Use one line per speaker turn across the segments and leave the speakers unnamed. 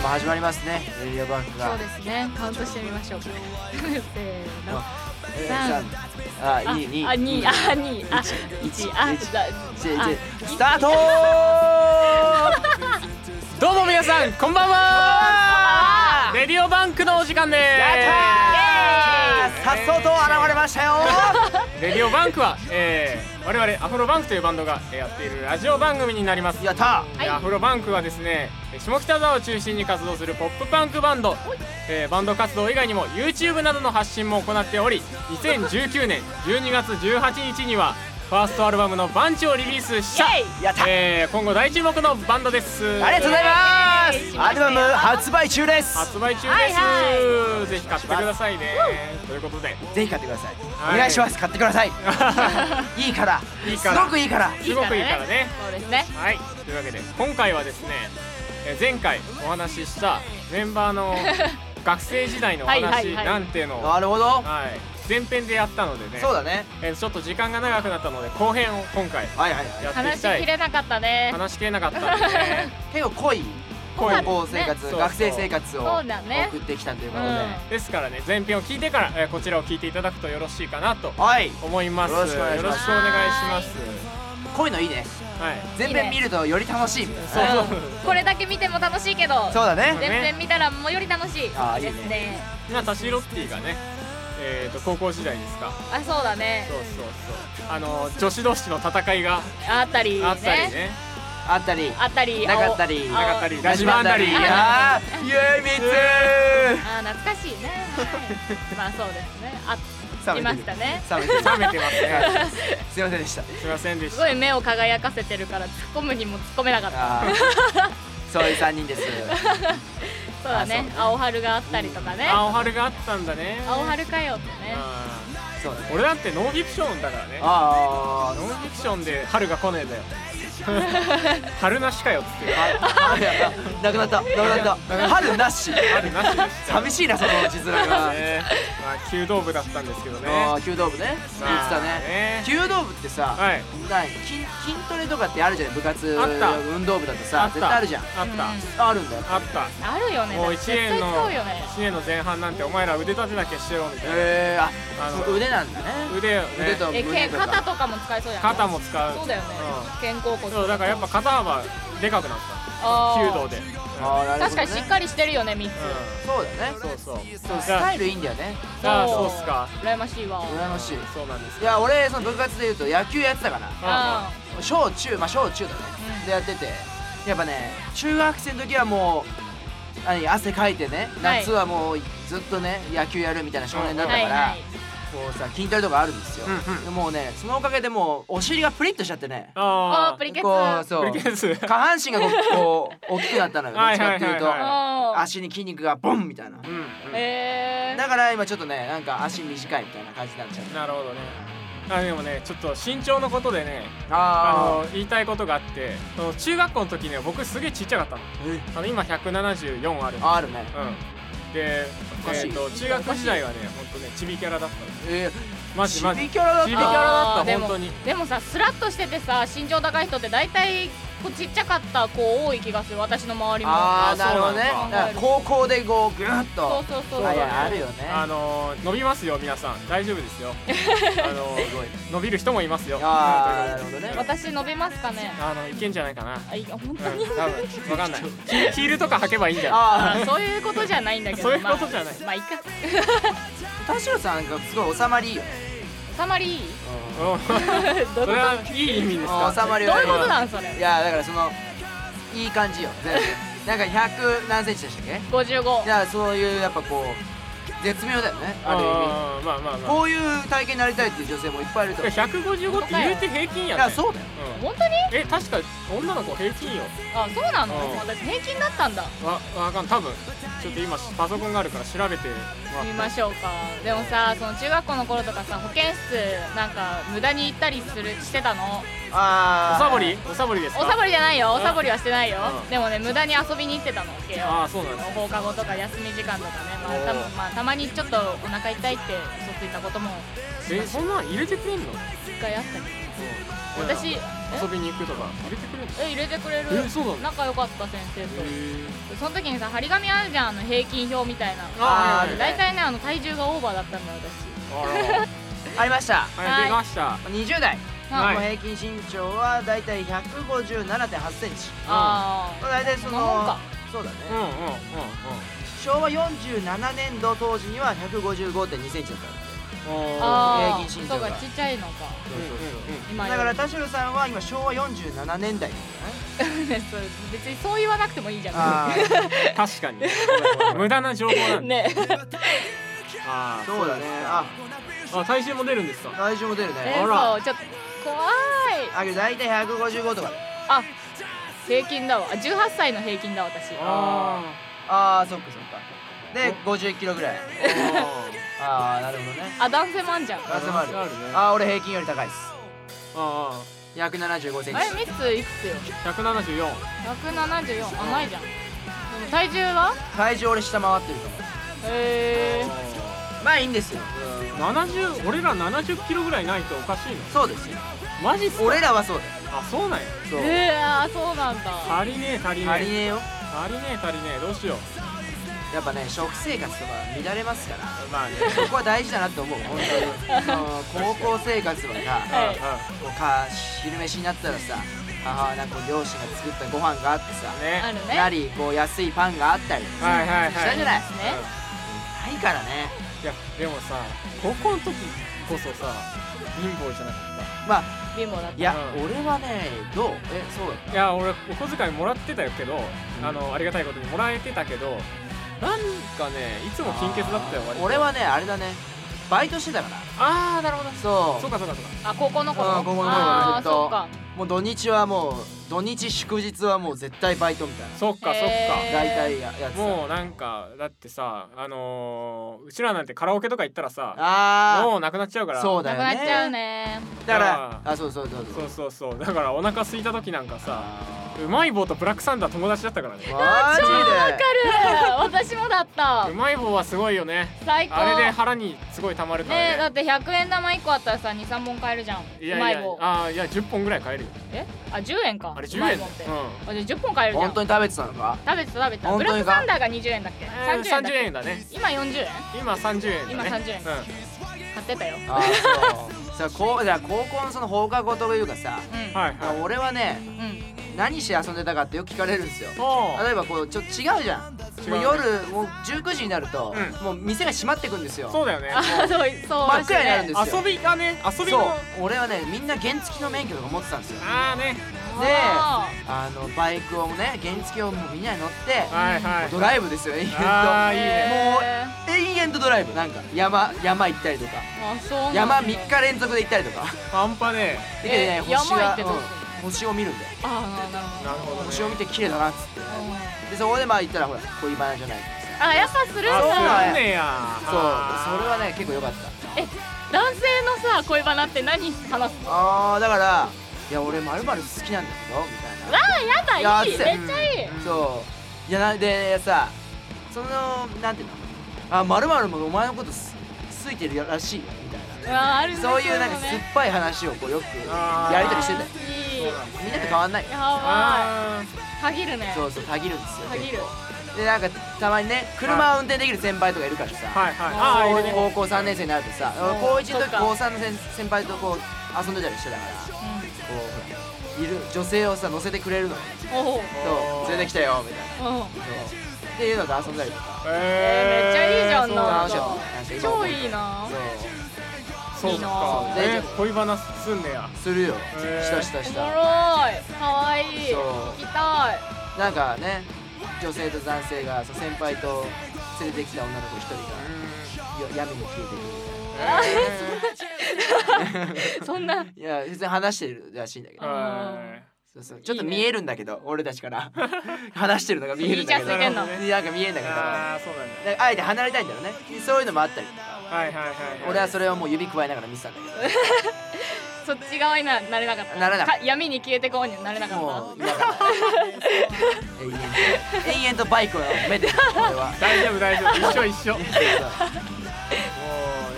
も始まりますねレディオバンクが
そうですねカウントしてみましょう せーの
えー
三
三あ
あ
二二
あ二あ二あ
一
一あ
一
だ
じゃ
あ
じゃスター ト
どうも皆さんこんばんはレディオバンクのお時間です
やったーさっそうと現れましたよ
レディオバンクは、えー、我々アフロバンクというバンドがえーやっているラジオ番組になります
やった
でアフロバンクはですねえー下北沢を中心に活動するポップパンクバンド、えーバンド活動以外にも YouTube などの発信も行っており2019年12月18日にはファーストアルバムの「バンチ」をリリースした、
ーやった
えー今後大注目のバンドです
ありがとうござい
イエーイ
ますアルバム発売中です
発売中です、
はいは
ぜひ買ってくださいねということで
ぜひ買ってください
はい
お願いします買ってくださいいいから
いい
す
から
ごくいいから
すごくいいからね
そうですね
はいというわけで今回はですねえー前回お話ししたメンバ ーの学生時代のお
はいはい
話
はい
なんていうのを
なるほど
はい前編でやったのでね
そうだね
えーちょっと時間が長くなったので後編を今回
はいはいはい
やってい
話
きた
しき
い
れなかったね
話しきれなかったんでね
結構濃い
濃い
高校生活
ね
学生生活を
そうだね
送ってきたという
う
ことで
ん
ですからね前編を聞いてからえーこちらを聞いていただくとよろしいかなと
はい
思います
よろしくお願いします
よろくお願いします
濃いのいいね
はい
全編見るとより楽しいみたいな
そうそう
これだけ見ても楽しいけど
そうだね
全編見たらもうより楽しい
あーいいね
ですね
まあタシロッティがねえー、と高校時代ですか
あそうだ
そう
ね
そうそうあの女子同士の戦いが
あったり
あったり
ね
ね
あったり
あったり
なかったり
青
なかったり
青
ラジバンダリー
いやーイエーイミー
あー懐かしいねはいまあそうですねあ
ツー
いましたね
冷めてる
冷めてますね
すいませんでした
すいませんですし
ご
た
い目を輝かせてるから突っ込むにも突っ込めなかった
あーそういう三人です
そうだ
あそう
ね
ね
青春があったりとかね
青春があったんだね
青春かよってね
あ
そうだね
ー俺だってノンフィクションだからね
あ
ノンフィクションで春が来ねえんだよ 春なしかよっていう
あ春やななくなったなくなった春なし
春なしでした
寂しいなその実力が
ねまあ弓道部だったんですけどね
あー弓道部ね言ってたね
ね
弓道部ってさ
はい
な筋筋トレとかってあるじゃない部活
あった
運動部だと
あ
さ
った
絶対あるじゃん
あっ
うん
た
あるんだよ
あった
あるよね
もう
絶
1
対
年
そ
の
うよね
一年の前半なんてお前ら腕立てだけしてろみたい
へ
な
えー、あ
あの
そう腕なんだね
腕をね
腕と
え
胸
け
とか
肩とかも使えそうやん
肩も使う
そうだよね肩甲骨
そうだからやっぱ肩幅でかくなっ
あ
た
ー
弓道で
あーなるほど
確
ね
かにしっかりしてるよねみつ
う
そうだね
んそうそう
そうスタイルいいんだよね
ああそうっすか
羨ましいわ
羨ましいい
そうなんです
や俺その部活でいうと野球やってたから
あ
小中まあ小中だね
うん
でやっててやっぱね中学生の時はもう何汗かいてね
はい
夏はもうずっっとね野球やるみたいな少年だ
う
っ
ん
たか
はいは
ら
い
こうさ筋トレとかあるんですよ
うんうん
でもうねそのおかげでもうお尻がプリッとしちゃってね
あ
あ
ープリケツ
こう
プ
そう
リケツ
下半身がこうこう大きくなったのよどっちかっていうと
はいはいはいは
あー
足に筋肉がボンみたいな
うんうん
えー
だから今ちょっとねなんか足短いみたいな感じになっちゃう
なるほどねあでもねちょっと身長のことでね
あ
あの言いたいことがあってその中学校の時ね僕すげえちっちゃかったの
え
あの今174ある
ああるね
うんで
おかしい
えーと中学時代はねほんとねちびキャラだったの
え
マジマジ
ちび
ちび
キャラだ
キャラ
っ
だ
あ
っ
ーで
た
も
本当に
でもさスラッとしててさ身長高い人って大体こうちっちゃかった子多い気がする私の周り
た
も
ああ
あー
なるほどね
そうなん
だ
だから高校でこうグーッ
そう
と
そうそう
う
はい
だね
あるよね
あのー伸びますよ皆さん大丈夫で すよあのー
すごい
伸びる人もいますよ
あーなるほどね
私伸びますかね
あのいけんじゃないかな
あいや本
うん
当に、
多分わかんないヒヒールとか履けばいいんじゃない
あ
あそういうことじゃないんだけど
そういうことじゃない
まあ、まあ、いっか
あ田代さんがすごい収まりいいよね
収まりいい
うん
どういうこと
そ
どう
れはいい意味ですか
収まり
いう
は
ことなんそれ
いやだからそのいい感じよ全部なんか100何センチでしたっけ
55
じゃあそういうやっぱこう絶妙だよねある意味
あーまあまあまあ
こういう体型になりたいっていう女性もいっぱいいると思う
155って言うて平均
い
やね
やそうだよ
うん
本当に
え確か女の子平均よ
あそうなの
うん
私平均だったんだ
わわかん多分ちょっと今パソコンがあるから調べてもらって
見ましょうかでもさその中学校の頃とかさ保健室なんか無駄に行ったりするしてたの
あ
お
ー
さぼりおさぼりですか
おさぼりじゃないよ
う
お
ん
さぼりはしてないよ
うん
でもね無駄に遊びに行ってたのけよ
ああそうなんです
放課後とか休み時間とかね、まあ
おー
たまあ、たまにちょっとお腹痛いって嘘ついたことも
えそんなん入れてくれんの
一回あったけど私え
遊びに行くとか入れてくれるの
え入れてくれる
えそうなの
仲良かった先生とその時にさ張り紙あるじゃんあの平均表みたいな
あ
ー
ー
大体ねあの体重がオーバーだったんだよ私
ありました
あらはい出ました
20代
あ
はい
の平均身長はだいたい1 5 7 8センチ
あー
大体そ
そんなもん
の
か
そうだね、
うんうんうんうん
昭和47年度当時には1 5 5 2センチだったんで
おー
あ
平均
ー
身
そ
長
う
が
かちっちゃいのか
うんうんうん
今よ
だ
り
から田代さんは今昭和47年代
ねそう別にそう言わなくてもいいじゃん
ああ
確かに 無駄 な情報なんだ
ね
あー
そうだねあ
あ体重も出るんですか
体重も出る
え
ね
ー、
あら
そうちょっと怖い
あけど大体155とかだ
あ平均だわあ18歳の平均だ私
あ
ああそっかそっかで5 0キロぐらい
ー
あ
あ
あなるほどね
あ男性もあんじゃん
ガスもある
ガスもあるね
ああ俺平均より高いです
ーあ
1 7 5セン
あれ
チ
ミツいくつよ
ー174
174あないじゃんでも体重は
体重俺下回ってると思
へえ
うまあいいんですよ
70俺ら70キロぐらいないとおかしいの
そうですよ
マジっすか
俺らはそうだよ
あそうなんや
そう
ー、えー、あそうなんだ
足りねえ足りね
足り
え
ねえよ
足りねえ足りねえどうしよう
やっぱね食生活とか乱れますから
ま あね
そこは大事だなって思う本当にあの高校生活はさ
はい
こうか昼飯になったらさ母なんかこう両親が作ったご飯があってさ
あ
ね
るね
なりこう安いパンがあったり
はいはい
した
は
ん
い
じゃない
ね
ないからね
いやでもさ高校の時こそさ貧乏じゃなかっ
まあ
貧乏だった
いや
うん
俺はねどうえそうだった
いや俺お小遣いもらってたけど、あのありがたいことにもらえてたけどなんかねいつも金欠だったよ割と
俺はねあれだねバイトしてたから
ああなるほど
そう
そうかそうかそうか
あ高校の頃
うん高校の頃
あー
ずっと
そっか
もう土日はもう土日祝日はもう絶対バイトみたいな
そっかそっ
へ
大体ややつ
かもうなんかだってさあのー、うちらなんてカラオケとか行ったらさ
あ
もうなくなっちゃうか
あ
ら
そう
な
だ
く
よ
なっちゃう
ね
ね
だか
あ
ら
ー
あそうそうそうそう
そうそうそうだからお腹空いた時なんかさ
あ
うまい棒とブラックサンダー友達だったからね
ーマジ
超わ
で
かる私もだった
うまい棒はすごいよね
最高
あれで腹にすごい溜まるから
ね
ね
えだって100円玉1個あったらさ23本買えるじゃん
いや
う
い
ま
や
い棒
あーいや10本ぐらい買えるよ
えあ10円か
あれ
う
10
まい
円
棒
だ
って、
うん
あじゃあ10本買えるじゃん
本当に食べてたのか
食べてた食べてた
本
ブ
当
ラッ
に
ク
か
サンダーが20円だっけ
えー
30円だっ
30
け
円だね
今40円
今30円だね
今30円買ってたよ
あーそう さこうじゃあ高校のその放課後というかさ
うん、
うん、はい
あ
はい
俺はね
うん
何して遊んでたかってよく聞かれるんですよ
おー
例えばこうちょっと違うじゃん
違う
もう夜もう19時になると、
う
もう店が閉まってくんですよ
そうだよね
あそうそう
真っ暗になるん
で
ですよ
遊びがね遊び
そ
の
う俺はねみんな原付の免許とか持ってたんですよ
ああね
であのバイクをね原付をもうみんなに乗って
はいはい
ドライブですよ延々
あーいい
ねと延々とドライブなんか山山行ったりとか
あそうなんだ
山3日連続で行ったりとか
半端ね
だけどね
え
星
山行
は
ってどうすんの
うん星を見るんだよ
あーなる
え
ほど
なるほど、ね、
星を見て綺麗だなっつって
うん
でそこでまあ行ったらほら恋バナじゃない
あやっぱするん
そう
だ
な
あ
ん
すんねや
そうそれはね結構良かった
え男性のさ恋バナって何話すの
あーだからいや俺まる好きなんだけどみたいな
わあやだいい
い
めっ
や
ち
熱
ゃ
い
いい
そういやなでさそのなんていうのあまるもお前のことす好いてるらしいよみたいな
うわあるね
そういうなんか
のね
酸っぱい話をこうよく
あー
やりとりしてたよ
いいや
みんなと変わんない
ば
あ
いたぎるね
そうそうたぎるんですよ
たぎる
でなんかたまにね車を運転できる先輩とかいるからさ、
ーはいはい
そう
ああい
高
るね
高校3年生になるとさ
うん
高1の
そっ
時
か
高3の先先輩とこう遊んでたりしてたからこうほらいる女性をさ乗せてくれるのよ
うんおお
お
そう連
ー
れてきたよみたいな
うん
そうっていうのと遊んだりとか
えーめっちゃいいじゃん
そう
な
楽しかった
超いいな
そう
い
そう
い
か
な
ぁ
えー恋バナすんねや
するよ
へー
したした
お
し
もろ
た
いかわいい
そう
聞きたい
なんかね女性と男性がそう先輩と連れてきた女の子一人がよ闇に消えていく
そんな
いや別に話してるらしいんだけど
あ
そうそうちょっと見えるんだけど俺たちから 話してるのが見えるんだけど
言いちゃすぎんの
なんか見えんだけど
ああそうなん
だからあえて離れたいんだろうねそういうのもあったりとか
だはいはいはいい
俺はそれをもう指くわえながら見てたんだけ
そっち側にななれなかった
なれなかった
か闇に消えてこうにはなれな
ど
か
も
っ
ういなかった延々と延々とバイクを目で俺は
大丈夫大丈夫一緒一
そう
緒もうね
た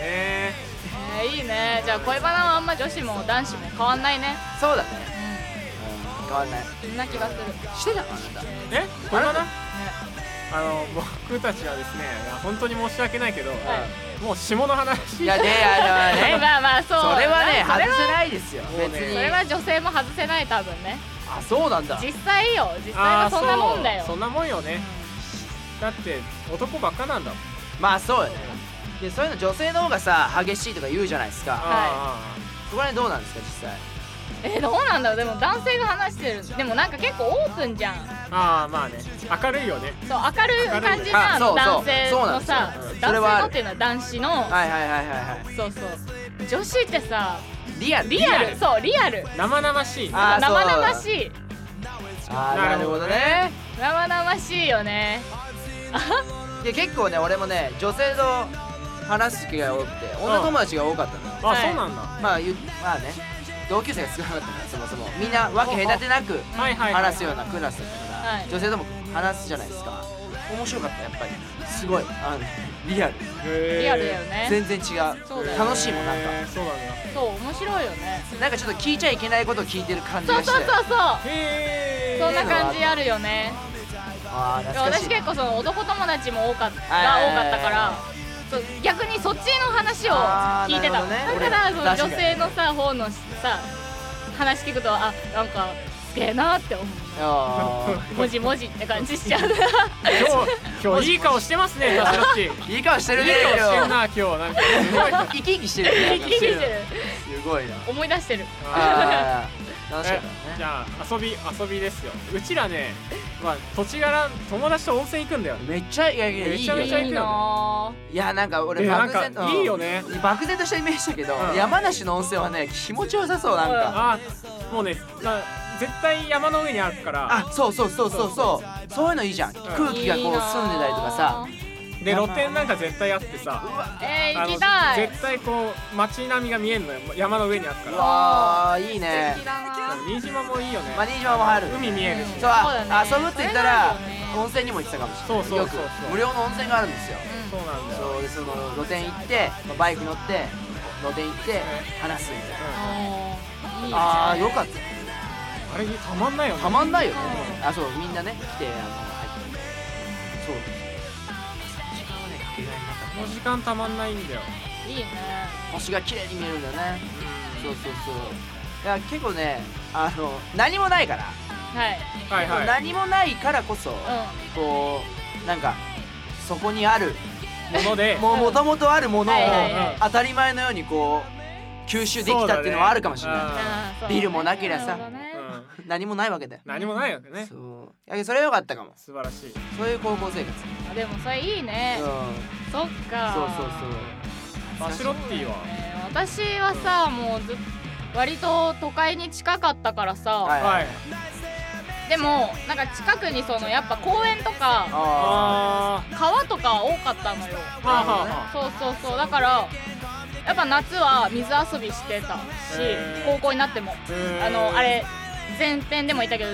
えーいいねじゃあ恋バナはあんま女子も男子も変わんないね
そうだね
うん
変わんない
そんな気がするね
してたのあなた
えこれかなあの僕たちはですねいや本当に申し訳ないけど、もう下の話
いやであの
え
ね
まあまあそ う
それはね
そ
外
れ
せ
は
ないですよ
もう
別
ね
に
それは女性も外せない多分ね
あそうなんだ
実際よ実際
あ
は
ー
そんなもんだよ
そうそんなもんよねだって男ばっかなんだもん
まあそうよねでそういうの女性の方がさ激しいとか言うじゃないですか
あ
そこら辺どうなんですか実際
えどうなんだろうでも男性が話してるでもなんか結構オープンじゃん
ーあーまあね明るいよね
そう明るい感じな
あそうそう
男性
そうなん
の
ですよ
さ
うんそ
男
れ
性
はある
のっていうのは男子の
はいはいはいはいはい
そうそう女子ってさ
リアル
リアル
リアル
そうリアル
生々しいね
あー
生
そう
々しい
あーな
な
る
る
ほ
ほ
ど
ど
ね
生々しいよね
で結構ね俺もね女性と話す機会が多くて女友達が多かったの
あ、
はい
そうなんだは
まあ言うまあね同級生が少なかったからそもそもみんな分け隔てなく
いはい、はい、
話すようなクラスだったから、
はい
女性とも話すじゃないですか面白かったやっぱりすごいあのねリアル
へー
リアルだよね
全然違
そう
う
だよね
楽しいもんなんか
へーそうなんだ
そう面白いよね
なんかちょっと聞いちゃいけないことを聞いてる感じ
そう
がして
そうそうそう
へえ
そんな感じあるよね
ああ
いや
懐かしい
私結構その男友達も多かったが
はいはい
多
はい
かったからそう逆にそっちの話を
あー
聞いてた、
なるほどね
だからその
俺
女性のさ方のさ話聞くとあなんかすげえなって 思う
あ
文字文字って感じし ちゃう
今日今日いい顔してますねタスロッチいい
ーいい顔してる
顔
ね
してん
今
な今日なんかすごい
日生き生きしてる ね
生き生きしてる
すごい な
思い出してる
あ
あー楽しかった
ー
ね
じゃあ遊び遊びですようちらねまあ土地柄友達と温泉行くんだよね
めっちゃいやいやいいよ
めちゃめちゃ
い
いいな
やなんか俺
いや
漠然
なんかいいよね
うん漠然としたイメージだけど、
うん
山梨の温泉はね気持ちよさそうなんか、
あーもうねな絶対山の上にあるから
あそうそうそうそうそうそういうのいいじゃん、空
ぁ
気がこう澄んでたりとかさ
いい
で
山
露天なんか絶対あってさ
うわ
なぁえー、
あ
行
の
きたい
絶対こう街並みが見えんのよ山の上にあるか
う
ら
わーいいね
素敵だなぁ
新島もいいよね、
マニー島も入る
海見えるし
そうあ
そうだね
遊ぶって言ったら
それなんだよね
温泉にも行ってたかもしれない
そうそうそうそう
よく無料の温泉があるんですよ
うん
そうなんだよ
そうでその露店行ってバイク乗って露店行って話すみたいな
あーいいね
あーよかった
あれたまんないよね
たまんないよねあそうみんなね来てあの入ってそう時間はねかけがえなかった
この時間たまんないんだよ
いいね
星が綺麗に見えるんだよねそうそうそういや結構ねあの何もないから、
はい
はいはい
何もないからこそ、
う
こうなんかそこにある
もので
もう
うん
元々あるものを
はいはいはい
当たり前のようにこう吸収できたっていうのはあるかもしれ
そう
な
だ
い、
ね
んあーそう
ビルもなけりゃさ
なるほどね
うん
何もないわけだよ、
何もないわけね
そういやそれは良かったかも
素晴らしい
そういう高校生活、
あでもそれいいね
うん、
そっか
そうそう
バシロッティは
ね私はさもうずっ割と都会に近かったからさ、
はい
はい
でもなんか近くにそのやっぱ公園とか
あ
あ
川とか多かったのよ
あはあはあはあ
そうそうそうだからやっぱ夏は水遊びしてたし
へー
高校になってもあのあれ前編でも言ったけど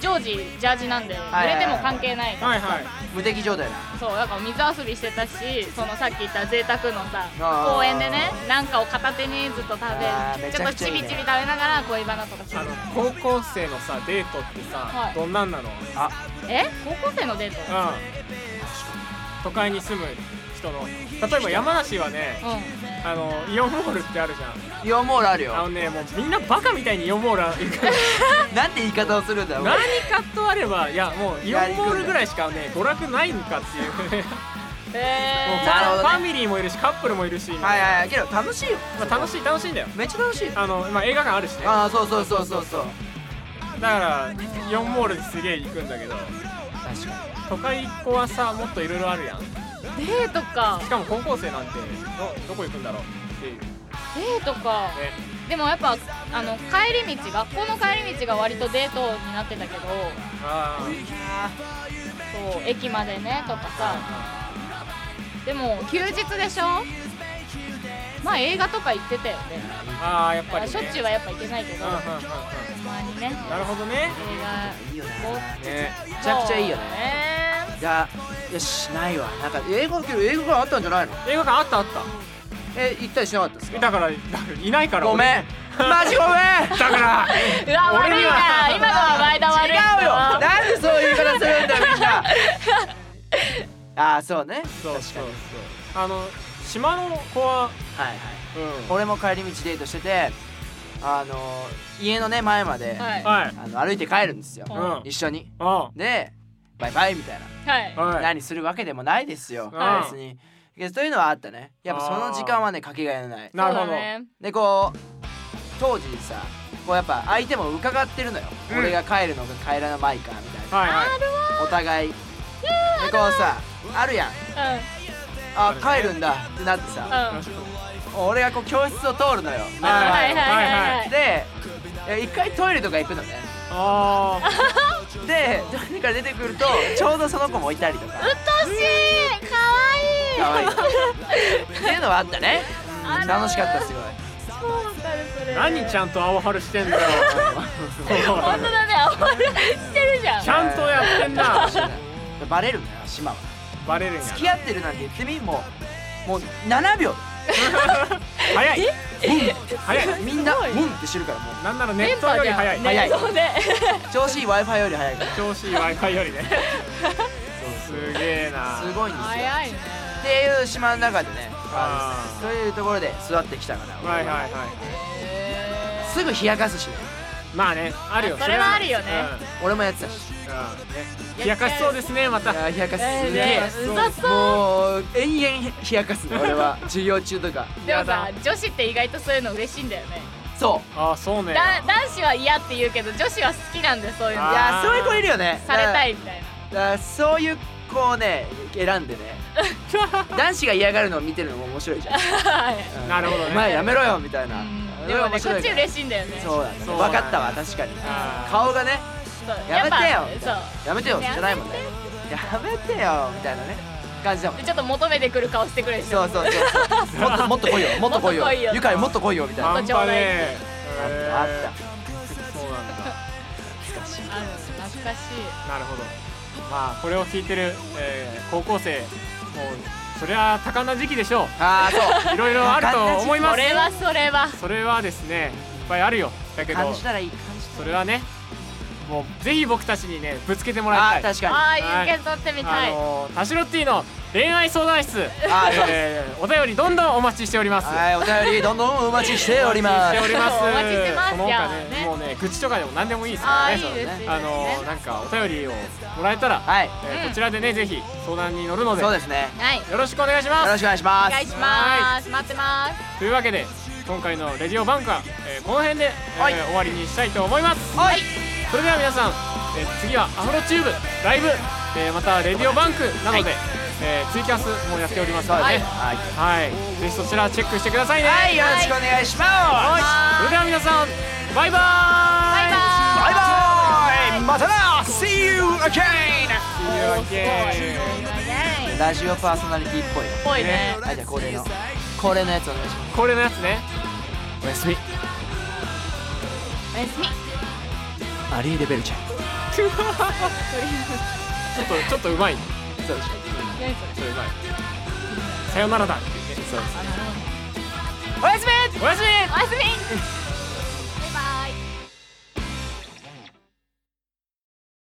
常時ジャージなんで
い
濡
はい
れても関係ない
はいはい
あ無敵状態だ
そうだから水遊びしてたしそのさっき言った贅沢のさ
あー
公園でねなんかを片手にずっと食
あー
べ
め
ち
ち
ょ
ゃ
っ
く
と
ちゃい
ち
いね
びちび食べながら恋バナとかする
あの高校生のさデートってさ、
はい
どんなんなのうん
え高校生のデート
都会に住む人の例えば山梨はね
う
あのイオンモールってあるじゃ
イオンモールあるよ
んあのねもうみんなバカみたいにイオンモールある
なんて言い方をするんだよ
何かとあればいやもうイオンモールぐらいしかね娯楽ないんかっていうもうフ
ん え
なるほど
ァン
ね
ファミリーもいるしカップルもいるし、
はいはいはいけど楽しいよ、
まあ、楽しい楽しいんだよ
めっちゃ楽しいよ
あの、まあ、映画館あるしねだか
ああそうそうそうそうそう
らイオンモールにすげえ行くんだけど
確か
都会っ子はさもっといろいろあるやんし
ー、デートか
かも高校生なんてどどこ行くんだろうっていうね
デートかでもやっぱあの帰り道学校の帰り道が割とデートになってたけど
あ
に
そう駅までねとかさでも休日でしょまあ映画とか行ってたよね
ーあーやっぱり、ね、
しょっちゅうはやっぱ行けないけど
うんうんうん
たまにね
うんなるほどね
映画
いいよね
ね
めちゃくちゃいいよね
ね
いやいやしないわなんか英語けど英語があったんじゃないの
映画館あったあった
え行ったりしなかったですか
だからだいないから
ごめんマジごめん
だから
うわ悪い
俺には
な今のは前田悪い
違うよなんでそういう言い方するんだみんな ああそうね
そうそうそうあの島の子は
はいはい
うん
俺も帰り道デートしててあの家のね前まで、
はい
はい
あの歩いて帰るんですよ、
うん
一緒に
あ
でバイバイみたいな、
はい
あはい
何するわけでもないですよ、
はい
別にけどというのはあったねやっぱその時間はねかけがえのない
なるほ
そう
ど
だね
でこう当時さこうやっぱ相手も伺ってるのよ、
うん
俺が帰るのか帰らないかみたいな、
はいはい
お互いでこうさあるやんあ
あ
帰
るね
るんだってなってさ、
うんうん
俺がこう教室を通るのよ、
は
はい
は
いはいい
は
はいい
でえ一回トイレとか行くのね
ああ
でトイレから出てくるとちょうどその子もいたりとか
うっとうしいか
可
わ
愛
いい
いっていうのはあったね
あら
楽しかったすごい
そうなんだねそれ
何ちゃんと青春してんだよ
本当だね青春してるじゃん
ちゃんとやってんな
バレるんだよ島は
バレるんや
付き合ってるなんて言ってみもうもう7秒
早い早い
みんなムンってしてるからもう
なんならネ
電
ット
波
よ
じ
り
ゃん
早い
早い
ねそうね
調子いい w i f i より早いから
調子いい Wi-Fi よりねそうすげえな
すごいんですよ
早いね
っていう島の中でねあ
あー
のそういうところで育ってきたから、
はいはいはい
へー
すぐ冷やかすしね
まあねあるよ
それはあるよね
俺もやってた し
うんうんね冷やかしそうですねま
い
た
や冷やかす
え
すげ
ーね
え
うざそう
もう延々冷やかすの俺は授業中とか
でも
や
さ
だ
女子って意外とそういうの嬉しいんだよね
そう
ああそうね
だ男子は嫌って言うけど女子は好きなんでそういう
い
の
あ
や
ー
そういう子いるよね
された
い
いみたいな
そういう子をね選んでね男子が嫌がるのを見てるのも面白いじゃん うん
なるほどね
お前やめろよみたいな
うん
そ
で
れ
も
は
ね
面
こ
白
っ
い
ち
から
嬉しいんだよね
そうなんだ
そう
分
なんだ
かったわ確かに
あー
顔がね
そう
やめてよ
っ
み
ぱ
たいなやめてよじゃないもんねやめてよみたいなね感じだもん
そうちょっと求めてくる顔してくるでしょ
そうそうそうそうもっともっと来いよもっと来い
もっと来いよ
よ愉快もっと来いよみたいな
半端ねえ
あっ
へ
た
ーそうなんだ
懐かしい
あの懐かしい
なるほどまあこれを聞いてる、えー高校生もうそりゃ多感な時期でしょ
ああそう
ういろいろあると思いま
そ
す
れはそれは
それはですねいっぱいあるよだけど
感じたらいい感じた
それはねもうぜひ僕たちにねぶつけても
ら
ら
いい
い
あ
たい
ー確か
ああいう意見取ってみたい
のータシロッティの恋愛相談室
にあーそうで
えーお便りどんどんお待ちしております
すはいお便りどんどんお待ちしておりま
お待
す
ちしております
お待ちしてます
その他ね
じゃあね
もうね愚痴とかでも何でもいいです
あ
か
あ
ら
いい
ね
ですいいですね
あのーなんかお便りをもらえたら、
はい
え
うん
ーこちらでねぜひ相談に乗るので
そうですね
はい
よろしくお願いします
よろしくお願いしま
お願い
す
します待ってます
というわけで今回の「レディオバンカー」えーこの辺で、えー
はい
終わりにしたいと思います
はい
それでは皆さん、えー次はアフロチューブライブ、えーまたレディオバンクなどで、えーツイキャスもやっております
そ
の
う
で、
ですね
はい
はい
ぜひそちらチェックしてくださいね
はいよろしくお願いしま
はい
す
それでは皆さんバイバ
バイ
バイ
バーイ
バイまたな See you again
イというわけで
イ
ラジオパーソナリティっぽい
ぽいね
はいじゃあ恒例 の恒例のやつお願いします
これのやつね
おやすみ
おやすみ
アリー・レベルちゃん
ちょっとちょっとうまい
そうでしょ
何それ
ちょっとうまいさよならだっていうね
おやすみ
おやすみ
おやすみ